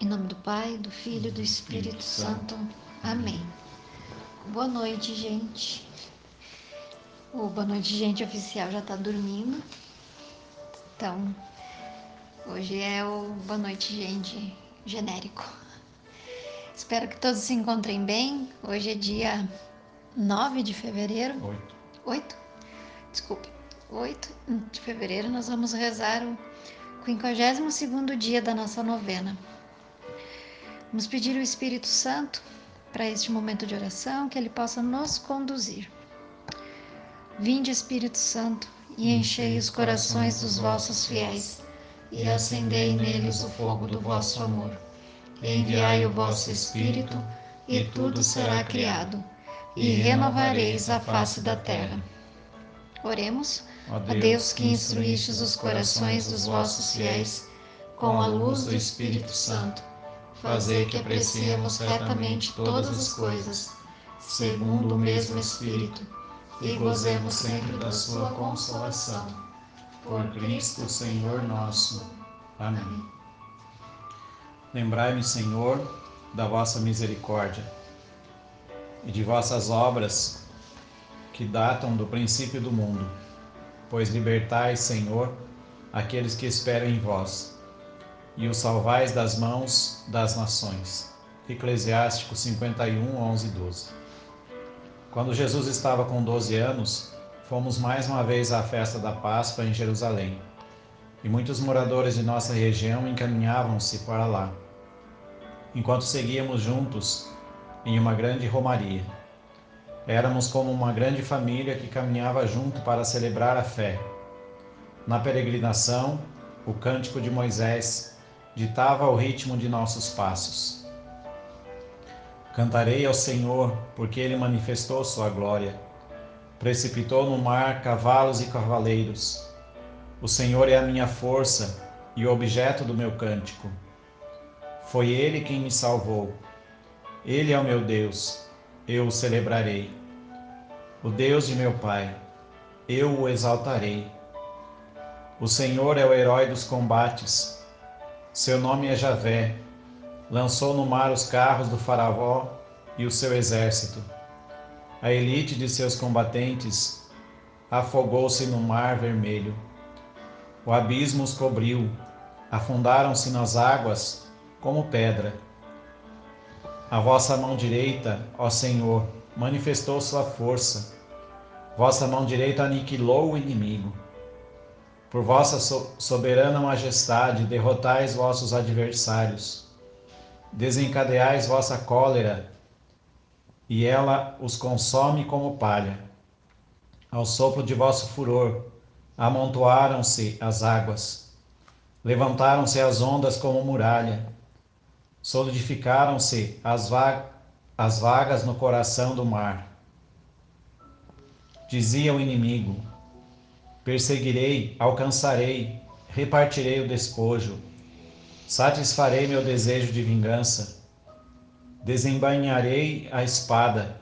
Em nome do Pai, do Filho e do Espírito Santo. Amém. Boa noite, gente. O Boa Noite Gente oficial já está dormindo. Então, hoje é o Boa Noite Gente genérico. Espero que todos se encontrem bem. Hoje é dia 9 de fevereiro. Oito. 8? Desculpe. 8 de fevereiro nós vamos rezar o 52º dia da nossa novena. Vamos pedir o Espírito Santo para este momento de oração, que ele possa nos conduzir. Vinde, Espírito Santo, e enchei os corações dos vossos fiéis, e acendei neles o fogo do vosso amor. Enviai o vosso Espírito, e tudo será criado, e renovareis a face da terra. Oremos Ó a Deus que instruístes os corações dos vossos fiéis com a luz do Espírito Santo. Fazei que apreciemos retamente todas as coisas, segundo o mesmo Espírito, e gozemos sempre da sua consolação. Por Cristo, Senhor nosso. Amém. Lembrai-me, Senhor, da vossa misericórdia e de vossas obras que datam do princípio do mundo, pois libertais, Senhor, aqueles que esperam em vós e os salvais das mãos das nações. Eclesiástico 51, 11 e 12. Quando Jesus estava com 12 anos, fomos mais uma vez à festa da Páscoa em Jerusalém, e muitos moradores de nossa região encaminhavam-se para lá, enquanto seguíamos juntos em uma grande romaria. Éramos como uma grande família que caminhava junto para celebrar a fé. Na peregrinação, o cântico de Moisés ditava o ritmo de nossos passos. Cantarei ao Senhor, porque ele manifestou sua glória. Precipitou no mar cavalos e cavaleiros. O Senhor é a minha força e o objeto do meu cântico. Foi ele quem me salvou. Ele é o meu Deus, eu o celebrarei. O Deus de meu Pai, eu o exaltarei. O Senhor é o herói dos combates. Seu nome é Javé, lançou no mar os carros do faraó e o seu exército. A elite de seus combatentes afogou-se no mar vermelho. O abismo os cobriu, afundaram-se nas águas como pedra. A vossa mão direita, ó Senhor, manifestou sua força. Vossa mão direita aniquilou o inimigo. Por vossa so- soberana majestade, derrotais vossos adversários desencadeais vossa cólera, e ela os consome como palha. Ao sopro de vosso furor, amontoaram-se as águas, levantaram-se as ondas como muralha, solidificaram-se as, va- as vagas no coração do mar. Dizia o inimigo: Perseguirei, alcançarei, repartirei o despojo. Satisfarei meu desejo de vingança. Desembainharei a espada.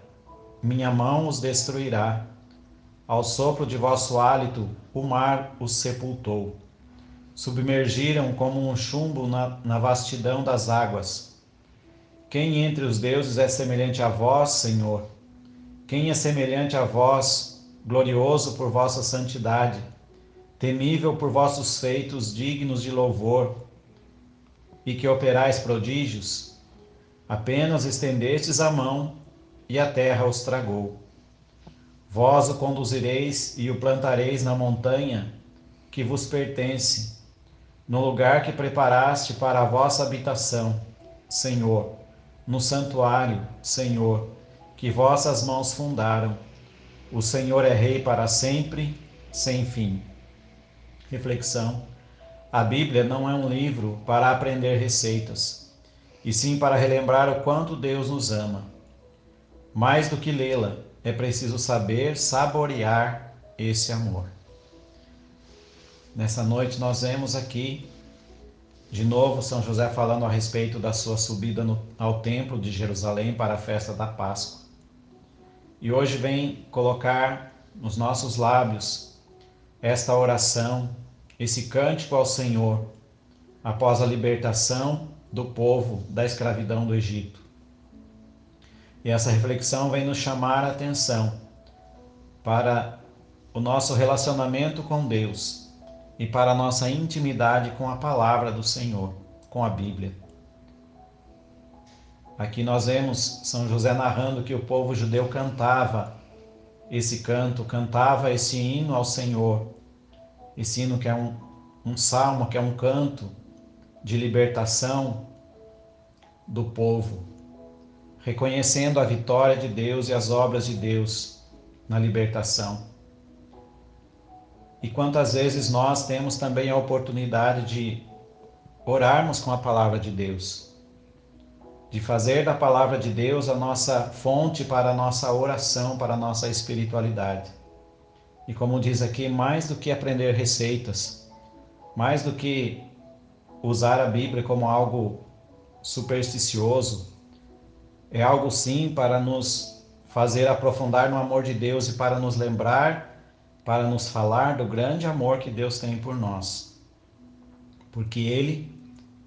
Minha mão os destruirá. Ao sopro de vosso hálito, o mar os sepultou. Submergiram como um chumbo na, na vastidão das águas. Quem entre os deuses é semelhante a vós, Senhor? Quem é semelhante a vós, glorioso por vossa santidade, temível por vossos feitos dignos de louvor? e que operais prodígios, apenas estendestes a mão e a terra os tragou. Vós o conduzireis e o plantareis na montanha que vos pertence, no lugar que preparaste para a vossa habitação, Senhor, no santuário, Senhor, que vossas mãos fundaram. O Senhor é Rei para sempre, sem fim. Reflexão. A Bíblia não é um livro para aprender receitas, e sim para relembrar o quanto Deus nos ama. Mais do que lê-la, é preciso saber saborear esse amor. Nessa noite nós vemos aqui de novo São José falando a respeito da sua subida no- ao templo de Jerusalém para a festa da Páscoa. E hoje vem colocar nos nossos lábios esta oração esse cântico ao Senhor após a libertação do povo da escravidão do Egito. E essa reflexão vem nos chamar a atenção para o nosso relacionamento com Deus e para a nossa intimidade com a palavra do Senhor, com a Bíblia. Aqui nós vemos São José narrando que o povo judeu cantava esse canto, cantava esse hino ao Senhor, esse hino que é um, um salmo, que é um canto de libertação do povo, reconhecendo a vitória de Deus e as obras de Deus na libertação. E quantas vezes nós temos também a oportunidade de orarmos com a palavra de Deus, de fazer da palavra de Deus a nossa fonte para a nossa oração, para a nossa espiritualidade. E como diz aqui, mais do que aprender receitas, mais do que usar a Bíblia como algo supersticioso, é algo sim para nos fazer aprofundar no amor de Deus e para nos lembrar para nos falar do grande amor que Deus tem por nós, porque Ele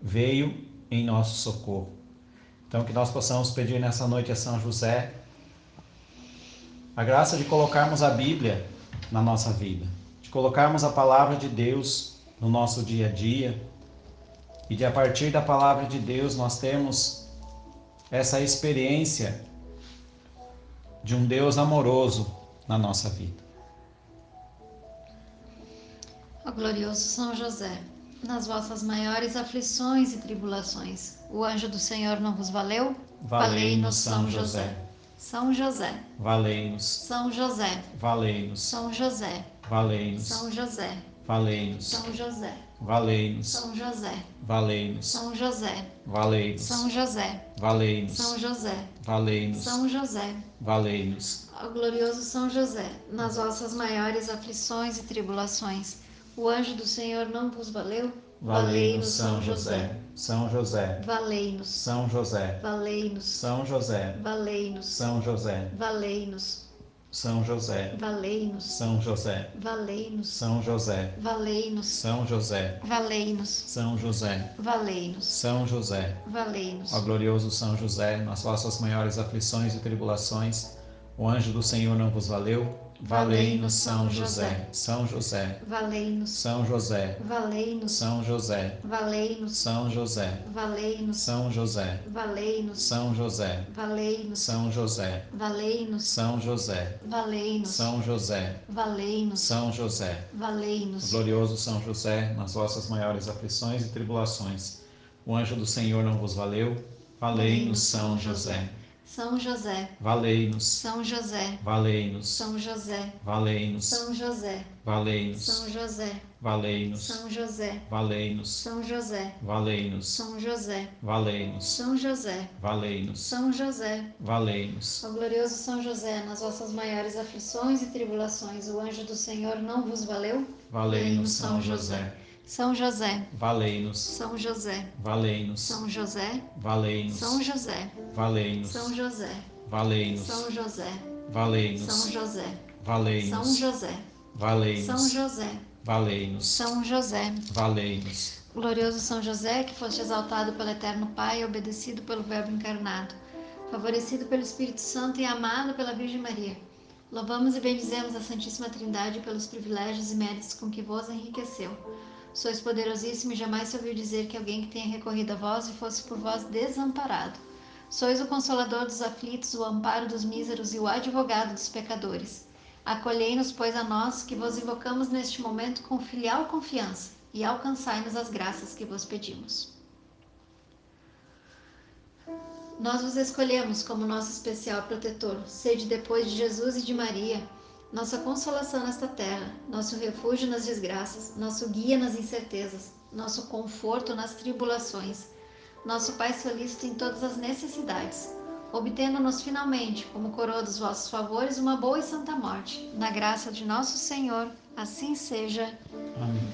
veio em nosso socorro. Então, que nós possamos pedir nessa noite a São José a graça de colocarmos a Bíblia na nossa vida, de colocarmos a palavra de Deus no nosso dia a dia e de a partir da palavra de Deus nós termos essa experiência de um Deus amoroso na nossa vida. Ó glorioso São José, nas vossas maiores aflições e tribulações, o anjo do Senhor não vos valeu? Valei-nos, São José. São José, Valei-nos, São José, valei-nos, São José, valei-nos, São José, valei-nos, São José, valei-nos, São José, valei-nos, São José, valei-nos, São José, São valei-nos, José, valei-nos, São José. valei-nos, Ó glorioso São José, nas vossas maiores aflições e tribulações, o anjo do Senhor não vos valeu? valei-nos, São José, São José, Valei-nos, São José, valei-nos, São José, valei-nos, São José, valei-nos, São José, valei-nos, São José, valei-nos, São José, valei-nos, São José, valei-nos, São José, valei-nos, São José. valei-nos. Ó glorioso São José, nas vossas maiores aflições e tribulações, o anjo do Senhor não vos valeu? Valei-nos, São José, São José, Valei-nos, São José, valei-nos, São José, valei-nos, São José, valei-nos, São José, valei-nos, São José, valei-nos, São José, valei-nos, São José, valei-nos, São José, valei-nos, São José. valei-nos. Ó glorioso São José, nas vossas maiores aflições e tribulações, o anjo do Senhor não vos valeu? Valei-nos, São José, São José, valei-nos, São José, valei-nos, São José, valei-nos. São José, Valei-nos, São José, valei-nos, São José, valei-nos, São José, valei-nos, São José, valei-nos, São José, valei-nos, São José. valei-nos, Ó glorioso São José, nas vossas maiores aflições e tribulações, o anjo do Senhor não vos valeu? valei-nos, São José, São José, valei-nos, São José, valei-nos, São José, São valei-nos, José, valei-nos, São José, São valei-nos, José, São valei-nos, José, São valei-nos, José, São valei-nos, José, valei-nos, São José. valei-nos, Glorioso São José, que foste exaltado pelo Eterno Pai, e obedecido pelo Verbo encarnado, favorecido pelo Espírito Santo e amado pela Virgem Maria. Louvamos e bendizemos a Santíssima Trindade pelos privilégios e méritos com que vos enriqueceu. Sois poderosíssimo e jamais se ouviu dizer que alguém que tenha recorrido a vós e fosse por vós desamparado. Sois o consolador dos aflitos, o amparo dos míseros e o advogado dos pecadores. Acolhei-nos, pois, a nós que vos invocamos neste momento com filial confiança e alcançai-nos as graças que vos pedimos. Nós vos escolhemos como nosso especial protetor, sede depois de Jesus e de Maria, nossa consolação nesta terra, nosso refúgio nas desgraças, nosso guia nas incertezas, nosso conforto nas tribulações, nosso Pai solícito em todas as necessidades, obtendo-nos finalmente, como coroa dos vossos favores, uma boa e santa morte. Na graça de nosso Senhor, assim seja. amém.